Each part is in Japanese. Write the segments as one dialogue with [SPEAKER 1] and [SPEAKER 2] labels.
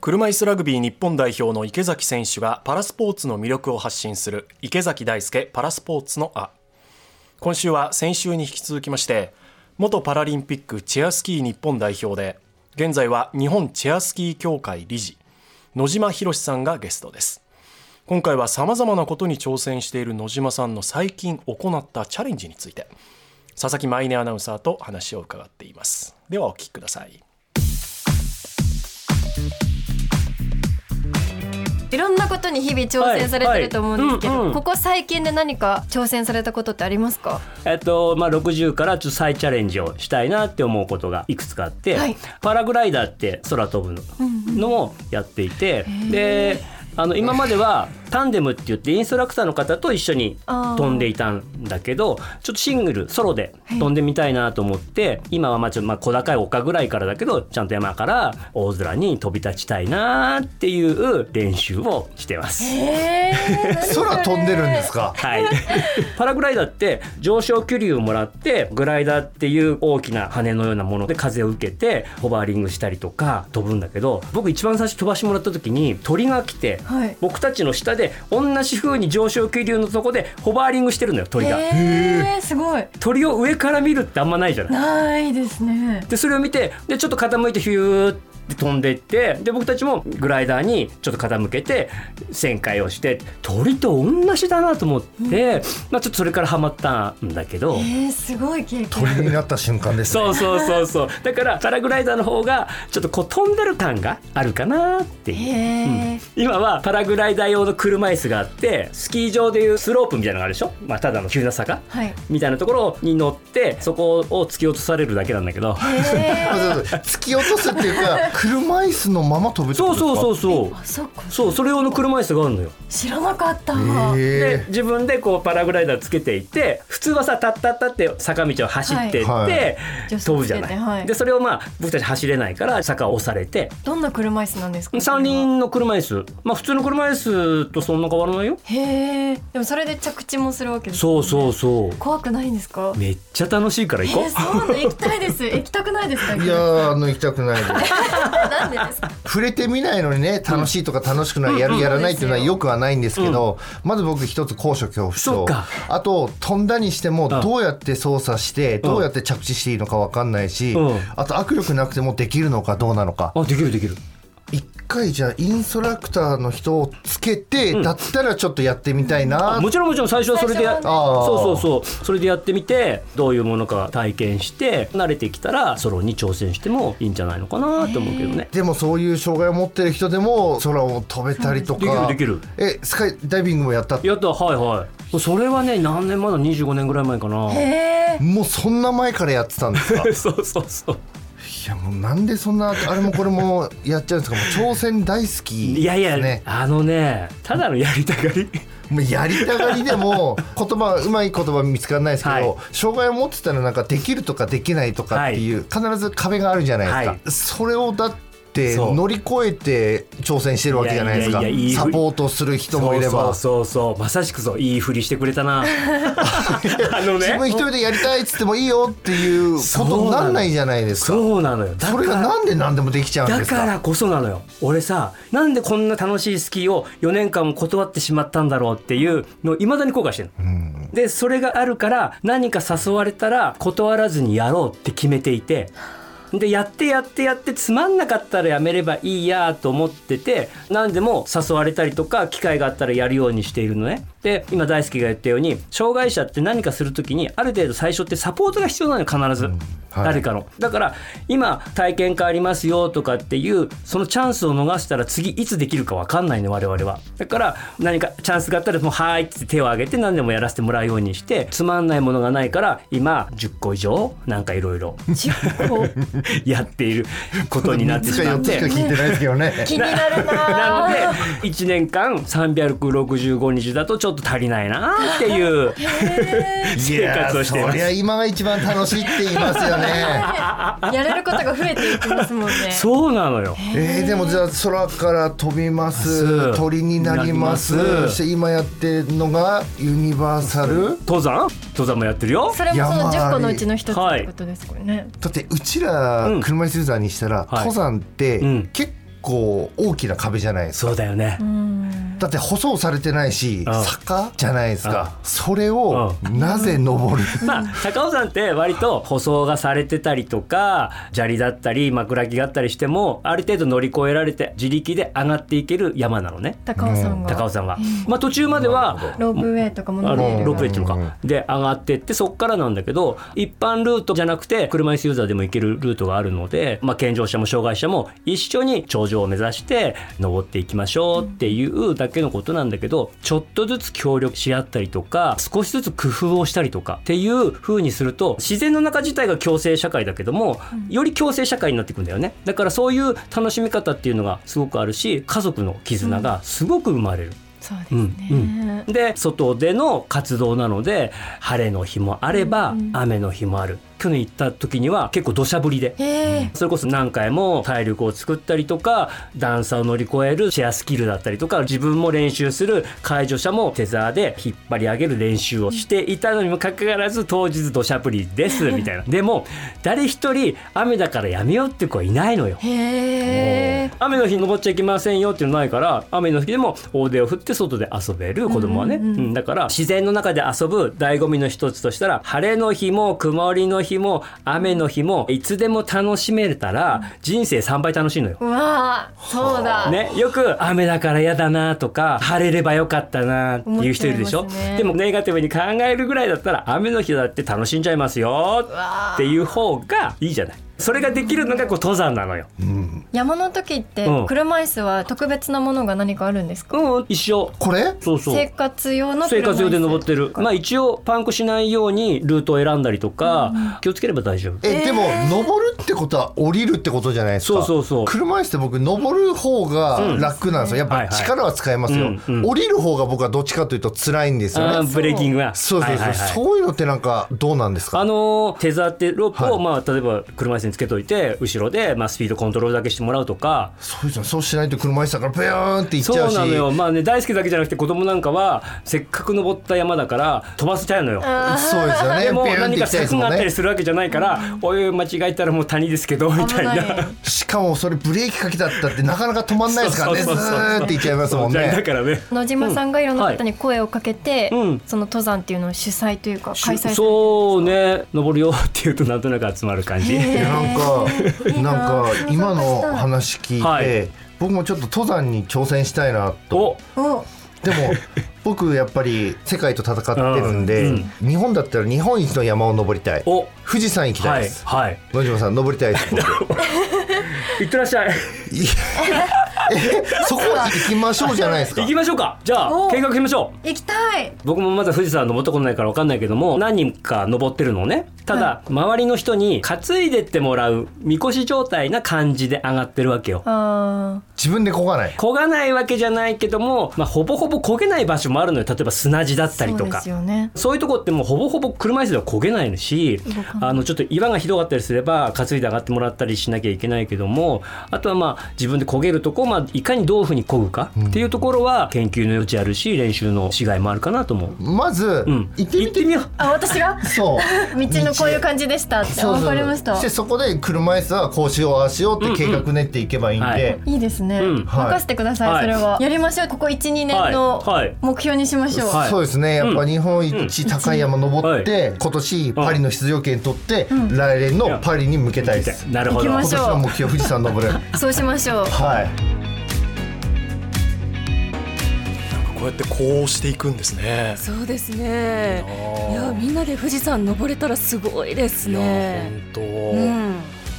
[SPEAKER 1] 車椅子ラグビー日本代表の池崎選手がパラスポーツの魅力を発信する池崎大輔パラスポーツのあ今週は先週に引き続きまして元パラリンピックチェアスキー日本代表で現在は日本チェアスキー協会理事野島宏さんがゲストです今回はさまざまなことに挑戦している野島さんの最近行ったチャレンジについて佐々木舞音アナウンサーと話を伺っていますではお聞きください
[SPEAKER 2] いろんなことに日々挑戦されてると思うんですけど、
[SPEAKER 3] はいはいうんうん
[SPEAKER 2] ここ最近で何か挑戦されたことってありますか
[SPEAKER 3] えっとまあ、60からちょっと再チャレンジをしたいなって思うことがいくつかあって、
[SPEAKER 2] はい
[SPEAKER 3] パラグライダーって空飛ぶの,、のをやっていてであの今まではタンデムって言ってインストラクターの方と一緒に
[SPEAKER 2] あー
[SPEAKER 3] 飛んでいたんだけどちょっとシングルソロで飛んでみたいなと思って今はまあちょっとまあ小高い丘ぐらいからだけどちゃんと山から大空に飛び立ちたいなっていう練習をしてます。
[SPEAKER 2] えー、
[SPEAKER 4] 空飛んでるんです
[SPEAKER 2] か
[SPEAKER 4] か
[SPEAKER 3] はい、パラグライダーって上昇気流をもらってグライダーっていう大きな羽のようなもので風を受けてホバーリングしたりとか飛ぶんだけど僕一番最初飛ばしてもらった時に鳥が来て、
[SPEAKER 2] はい
[SPEAKER 3] 僕たちの下で同じ風に上昇気流のとこでホバーリングしてるんだよ鳥が。
[SPEAKER 2] えー、すごい
[SPEAKER 3] 鳥を上から見るってあんまないじゃない。
[SPEAKER 2] ないですね
[SPEAKER 3] でそれを見てでちょっと傾いてヒューって飛んでいってで僕たちもグライダーにちょっと傾けて旋回をして鳥と同じだなと思って、まあちょっとそれからハマったんだけど。
[SPEAKER 2] えー、すごい経験
[SPEAKER 4] 鳥になった瞬間ですね
[SPEAKER 3] そうそうそうそうだからパラグライダーの方がちょっとこう飛んでる感があるかなって
[SPEAKER 2] え
[SPEAKER 3] いう
[SPEAKER 2] ー、
[SPEAKER 3] 今はパラグライダー用の車椅子があってスキー場でいうスロープみたいなのがあるでしょ、まあ、ただの急な坂
[SPEAKER 2] はい
[SPEAKER 3] みたいなところに乗ってそこを突き落とされるだけなんだけど
[SPEAKER 2] え
[SPEAKER 4] そうそうそう突き落とすっていうか車椅子のまま飛ぶってこ
[SPEAKER 3] そ
[SPEAKER 4] と
[SPEAKER 3] う
[SPEAKER 4] ですか
[SPEAKER 3] そうそううそう
[SPEAKER 2] ー、あ そっか
[SPEAKER 3] そうそれ用の車椅子があるのよ。
[SPEAKER 2] 知らなかった、
[SPEAKER 3] で
[SPEAKER 4] え
[SPEAKER 3] 自分でこうパラグライダーつけていて普通はさタッタッタって坂道を走ってって、
[SPEAKER 4] はいはい
[SPEAKER 2] 助手つ
[SPEAKER 3] 飛ぶじゃな
[SPEAKER 2] け
[SPEAKER 3] い。
[SPEAKER 2] てはい
[SPEAKER 3] でそれをまあ僕たち走れないから坂を押されて
[SPEAKER 2] どんな車椅子なんですか
[SPEAKER 3] 三輪の車椅子まあ普通の車椅子とそんな変わらないよ。
[SPEAKER 2] へえでもそれで着地もするわけです
[SPEAKER 3] そうそううそ
[SPEAKER 2] 怖くないんですか
[SPEAKER 3] うめっちゃ楽しいから
[SPEAKER 2] え
[SPEAKER 3] 行こう。
[SPEAKER 2] ー、そうなの行きたいです行きたくないですか
[SPEAKER 4] ーいやーあの行きたくないです
[SPEAKER 2] なんでですか
[SPEAKER 4] 触れてみないのにね楽しいとか楽しくないやるやらないっていうのはよくはないんですけど、まず僕一つ高所恐怖
[SPEAKER 3] そっ
[SPEAKER 4] 症
[SPEAKER 3] か
[SPEAKER 4] あと飛んだにしても
[SPEAKER 3] ん
[SPEAKER 4] どうやって操作してどうやって着地していいのか分かんないし、
[SPEAKER 3] うん
[SPEAKER 4] あと握力なくてもできるのかどうなのか
[SPEAKER 3] あできるできる。
[SPEAKER 4] 一回じゃあインストラクターの人をつけて、だったらちょっとやってみたいな、
[SPEAKER 3] あもちろんもちろん最初はそれでや
[SPEAKER 2] 最初
[SPEAKER 4] はね
[SPEAKER 3] そうそうそうそれでやってみてどういうものか体験して慣れてきたらソロに挑戦してもいいんじゃないのかなと思うけどね。
[SPEAKER 4] でもそういう障害を持ってる人でも空を飛べたりとか
[SPEAKER 3] できるで
[SPEAKER 4] えスカイダイビングもやった
[SPEAKER 3] やったはいはいそれはね何年前だ25年ぐらい前かな
[SPEAKER 2] へえ
[SPEAKER 4] もうそんな前からやってたんです か
[SPEAKER 3] そうそうそう
[SPEAKER 4] いやもうなんでそんなあれもこれもやっちゃうんですかもう挑戦大好きです、ね、
[SPEAKER 3] いやいや、あのねただのやりたがり
[SPEAKER 4] もうやりたがりでも言葉うまい言葉見つからないですけど、
[SPEAKER 3] はい
[SPEAKER 4] 障害を持ってたらなんかできるとかできないとかっていう、必ず壁があるじゃないですか、
[SPEAKER 3] はい
[SPEAKER 4] それをだって
[SPEAKER 3] そう
[SPEAKER 4] 乗り越えて挑戦してるわけじゃないですか
[SPEAKER 3] いやいやいやいい
[SPEAKER 4] サポートする人もいれば
[SPEAKER 3] そうそうそうまさしくそういいふりしてくれたなあ の
[SPEAKER 4] 自分一人でやりたいっつってもいいよっていうことになんないじゃないですかそ
[SPEAKER 3] そうなのよだか
[SPEAKER 4] れが
[SPEAKER 3] ら
[SPEAKER 4] なんで何でもできちゃうんで
[SPEAKER 3] だ
[SPEAKER 4] すか
[SPEAKER 3] からこそなのよ俺さなんでこんな楽しいスキーを4年間も断ってしまったんだろうっていうのをいまだに後悔してるの、でそれがあるから何か誘われたら断らずにやろうって決めていてでやってやってやってつまんなかったらやめればいいやと思ってて何でも誘われたりとか機会があったらやるようにしているのねで今大輔が言ったように障害者って何かする時にある程度最初ってサポートが必要なのよ必ず、
[SPEAKER 4] はい
[SPEAKER 3] 誰かのだから今体験会ありますよとかっていうそのチャンスを逃したら次いつできるか分かんないの我々はだから何かチャンスがあったらもう「はーい」って手を挙げて何でもやらせてもらうようにしてつまんないものがないから今10個以上なんかいろいろ
[SPEAKER 2] 10個
[SPEAKER 3] やっていることになってしまっ
[SPEAKER 4] 3つしか
[SPEAKER 3] て。
[SPEAKER 4] 聞いてないですけど ね
[SPEAKER 2] 気になるな
[SPEAKER 3] なの
[SPEAKER 2] ー
[SPEAKER 3] で1年間365日だとちょっと足りないなっていう生活をしていま
[SPEAKER 4] そりゃ
[SPEAKER 3] す。
[SPEAKER 4] 今が一番楽しいって言いますよね
[SPEAKER 2] やれることが増えていきますもんね
[SPEAKER 3] そうなのよ。
[SPEAKER 4] えー、でもじゃあ空から飛びます
[SPEAKER 3] す
[SPEAKER 4] 鳥になります
[SPEAKER 3] なります
[SPEAKER 4] そして今やってるのがユニバーサル
[SPEAKER 3] 登山登山もやってるよ。
[SPEAKER 2] それもその
[SPEAKER 4] 山あり
[SPEAKER 2] 10個のうちの一つってことですかね、
[SPEAKER 4] だってうちら
[SPEAKER 3] うん
[SPEAKER 4] 車椅子ユーザーにしたら、
[SPEAKER 3] はい
[SPEAKER 4] 登山って
[SPEAKER 3] うん
[SPEAKER 4] 結構大きな壁じゃないですか
[SPEAKER 3] そうだよね、
[SPEAKER 4] だって舗装されてないし
[SPEAKER 3] うん
[SPEAKER 4] 坂じゃないですかそれをなぜ登る
[SPEAKER 3] まあ高尾山って割と舗装がされてたりとか砂利だったり枕木があったりしてもある程度乗り越えられて自力で上がっていける山なのね
[SPEAKER 2] 高尾さんが、
[SPEAKER 3] 高尾山は。まあ途中までは
[SPEAKER 2] ロープウェイとかも乗
[SPEAKER 3] あ
[SPEAKER 2] れ
[SPEAKER 3] の
[SPEAKER 2] る
[SPEAKER 3] ロープウェイっていうの
[SPEAKER 4] うん
[SPEAKER 3] かで上がってってそっからなんだけど一般ルートじゃなくて車椅子ユーザーでも行けるルートがあるので、まあ、健常者も障害者も一緒に頂上を目指して登っていきましょうっていうだけのことなんだけどちょっとずつ協力し合ったりとか少しずつ工夫をしたりとかっていう風にすると自然の中自体が共生社会だけどもより共生社会になっていくんだよねだからそういう楽しみ方っていうのがすごくあるし家族の絆がすごく生まれる。
[SPEAKER 2] そうですね、
[SPEAKER 3] うんで外での活動なので晴れの日もあれば
[SPEAKER 2] うんうん
[SPEAKER 3] 雨の日もある去年行った時には結構土砂降りで
[SPEAKER 2] へえ
[SPEAKER 3] それこそ何回も体力を作ったりとか段差を乗り越えるシェアスキルだったりとか自分も練習する介助者もテザーで引っ張り上げる練習をしていたのにもかかわらず当日土砂降りですみたいなでも誰一人雨だからやめようって子はいないのよ
[SPEAKER 2] へえ
[SPEAKER 3] 雨の日登っちゃいけませんよっていうのないから雨の日でも大手を振って外で遊べる子供はね、
[SPEAKER 2] うんうんうん
[SPEAKER 3] うんだから自然の中で遊ぶ醍醐味の一つとしたら晴れの日も曇りの日も雨の日もいつでも楽しめたら人生3倍楽しいのよ。
[SPEAKER 2] うわーそうだ、
[SPEAKER 3] ね、よく雨だから嫌だなとか晴れればよかったなっていう人いるでしょ、
[SPEAKER 2] 思っちゃいますね
[SPEAKER 3] でもネガティブに考えるぐらいだったら雨の日だって楽しんじゃいますよっていう方がいいじゃないそれができるのがこう登山なのよ。
[SPEAKER 2] 山の時って
[SPEAKER 3] うん
[SPEAKER 2] 車椅子は特別なものが何かあるんですか、
[SPEAKER 3] うん、一緒
[SPEAKER 4] これ
[SPEAKER 3] そうそう
[SPEAKER 2] 生活用の車
[SPEAKER 3] 生
[SPEAKER 2] 椅子
[SPEAKER 3] 活用で登ってるまあ一応パンクしないようにルートを選んだりとか、気をつければ大丈夫
[SPEAKER 4] えでも登るってことは降りるってことじゃないですか
[SPEAKER 3] そうそうそう
[SPEAKER 4] 車椅子って僕登る方が楽なんですよやっ
[SPEAKER 3] はい
[SPEAKER 4] ぱ
[SPEAKER 3] はい
[SPEAKER 4] 力は使えますよ、
[SPEAKER 3] うんうん
[SPEAKER 4] 降りる方が僕はどっちかというと辛いんです
[SPEAKER 3] あ
[SPEAKER 4] よ
[SPEAKER 3] ー
[SPEAKER 4] ね
[SPEAKER 3] ブレーキングが
[SPEAKER 4] そうそうそう、
[SPEAKER 3] はいはいはい
[SPEAKER 4] そういうのってなんかどうなんですか
[SPEAKER 3] あのーテザーってロープを、
[SPEAKER 4] はい
[SPEAKER 3] まあ、例えば車椅子につけといて後ろで、まあ、スピードコントロールだけしてもらうとか
[SPEAKER 4] そうじゃんそうしないと車椅子だからブヨーンっていっ
[SPEAKER 3] そう
[SPEAKER 4] ちゃうし
[SPEAKER 3] なのよまあね大好きだけじゃなくて子供なんかはせっかく登った山だから飛ばせちゃうのよ。
[SPEAKER 4] そうですよね
[SPEAKER 3] でも
[SPEAKER 4] ビヨーンっ
[SPEAKER 3] 何
[SPEAKER 4] てい
[SPEAKER 3] か
[SPEAKER 4] きたいです
[SPEAKER 3] 柵
[SPEAKER 4] も
[SPEAKER 3] が
[SPEAKER 4] ん
[SPEAKER 3] あった
[SPEAKER 4] ね
[SPEAKER 3] りするわけじゃないから「おいおい間違えたらもう谷ですけど」みたい
[SPEAKER 2] 危
[SPEAKER 3] な。
[SPEAKER 2] ない
[SPEAKER 4] しかもそれブレーキかけたったってなかなか止まんないですからね
[SPEAKER 3] そうそうそうそう
[SPEAKER 4] ずーっていっちゃいますもん
[SPEAKER 3] そうだ
[SPEAKER 4] ね
[SPEAKER 3] からね。
[SPEAKER 2] 野島さんがいろんな方に声をかけて、
[SPEAKER 3] うんはい
[SPEAKER 2] その登山っていうのを主催というか開催されて
[SPEAKER 3] そうね登るよって言うとなんとなく集まる感 じ。
[SPEAKER 4] いやなんか
[SPEAKER 2] いいな
[SPEAKER 4] なんか今の話聞いて、
[SPEAKER 3] はい
[SPEAKER 4] 僕もちょっと登山に挑戦したいなと
[SPEAKER 3] お
[SPEAKER 2] お
[SPEAKER 4] で も僕やっぱり世界と戦ってるんで、
[SPEAKER 3] うん
[SPEAKER 4] 日本だったら日本一の山を登りたい
[SPEAKER 3] お
[SPEAKER 4] 富士山行きたい
[SPEAKER 3] はい
[SPEAKER 4] です、
[SPEAKER 3] はい
[SPEAKER 4] 野島さん登りた いです僕
[SPEAKER 3] いってらっしゃい
[SPEAKER 4] いやえそこは行きましょうじゃないですか
[SPEAKER 3] 行きましょうかじゃあ
[SPEAKER 2] お
[SPEAKER 3] 計画しましょう
[SPEAKER 2] 行きたい
[SPEAKER 3] 僕もまだ富士山登ったことないから分かんないけども何人か登ってるのねただ、周りの人に担いでってもらうみこし状態な感じで上がってるわけよ
[SPEAKER 2] あ
[SPEAKER 4] 自分でこがない
[SPEAKER 3] 焦がないわけじゃないけども、まあ、ほぼほぼ焦げない場所もあるのよ例えば砂地だっ
[SPEAKER 2] ー
[SPEAKER 3] たりと
[SPEAKER 2] そうで
[SPEAKER 3] か
[SPEAKER 2] すよね
[SPEAKER 3] そういうとこってもうほぼほぼ車椅子では焦げないし
[SPEAKER 2] 動かない
[SPEAKER 3] あのちょっと岩がひどかったりすれば担いで上がってもらったりしなきゃいけないけどもあとはまあ自分で焦げるとこを、まあ、いかにどういうふうに焦ぐかっていうところは研究の余地あるし練習のしがいもあるかなと思う。
[SPEAKER 4] まず、
[SPEAKER 3] うん、
[SPEAKER 4] 行ってみて
[SPEAKER 3] よう
[SPEAKER 2] あ私 が
[SPEAKER 4] そう
[SPEAKER 2] 道のこういう感じでしたってあわかりました
[SPEAKER 4] でそこで車椅子はこうしようああしようって計画練っていけばいいんで、
[SPEAKER 3] はい
[SPEAKER 2] いいですね、
[SPEAKER 3] うん
[SPEAKER 4] はい
[SPEAKER 2] 任せてください、
[SPEAKER 3] はい
[SPEAKER 2] それはやりましょうここ12年の
[SPEAKER 3] はいはい
[SPEAKER 2] 目標にしましょう、
[SPEAKER 3] はい
[SPEAKER 4] そうですねやっぱ日本一高い山登って、今年パリの出場権取って、来年のパリに向けたいです、
[SPEAKER 3] なるほど
[SPEAKER 2] 行きま
[SPEAKER 4] 今
[SPEAKER 2] しょう
[SPEAKER 4] 年の目標富士山登る
[SPEAKER 2] そうしましょう
[SPEAKER 4] はい
[SPEAKER 1] こうやってこうしていくんですね
[SPEAKER 5] そうですね
[SPEAKER 1] あ。
[SPEAKER 5] いや
[SPEAKER 1] ー
[SPEAKER 5] みんなで富士山登れたらすごいです
[SPEAKER 1] いや
[SPEAKER 5] ね。
[SPEAKER 1] 本当、
[SPEAKER 5] うん。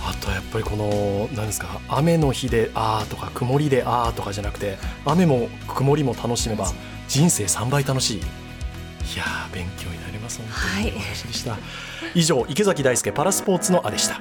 [SPEAKER 1] あとはやっぱりこの何ですか雨の日であーとか曇りであーとかじゃなくて雨も曇りも楽しめば人生3倍楽しいいやー勉強になります本当に、
[SPEAKER 5] はい
[SPEAKER 1] お話でした以上池崎大輔パラスポーツのあでした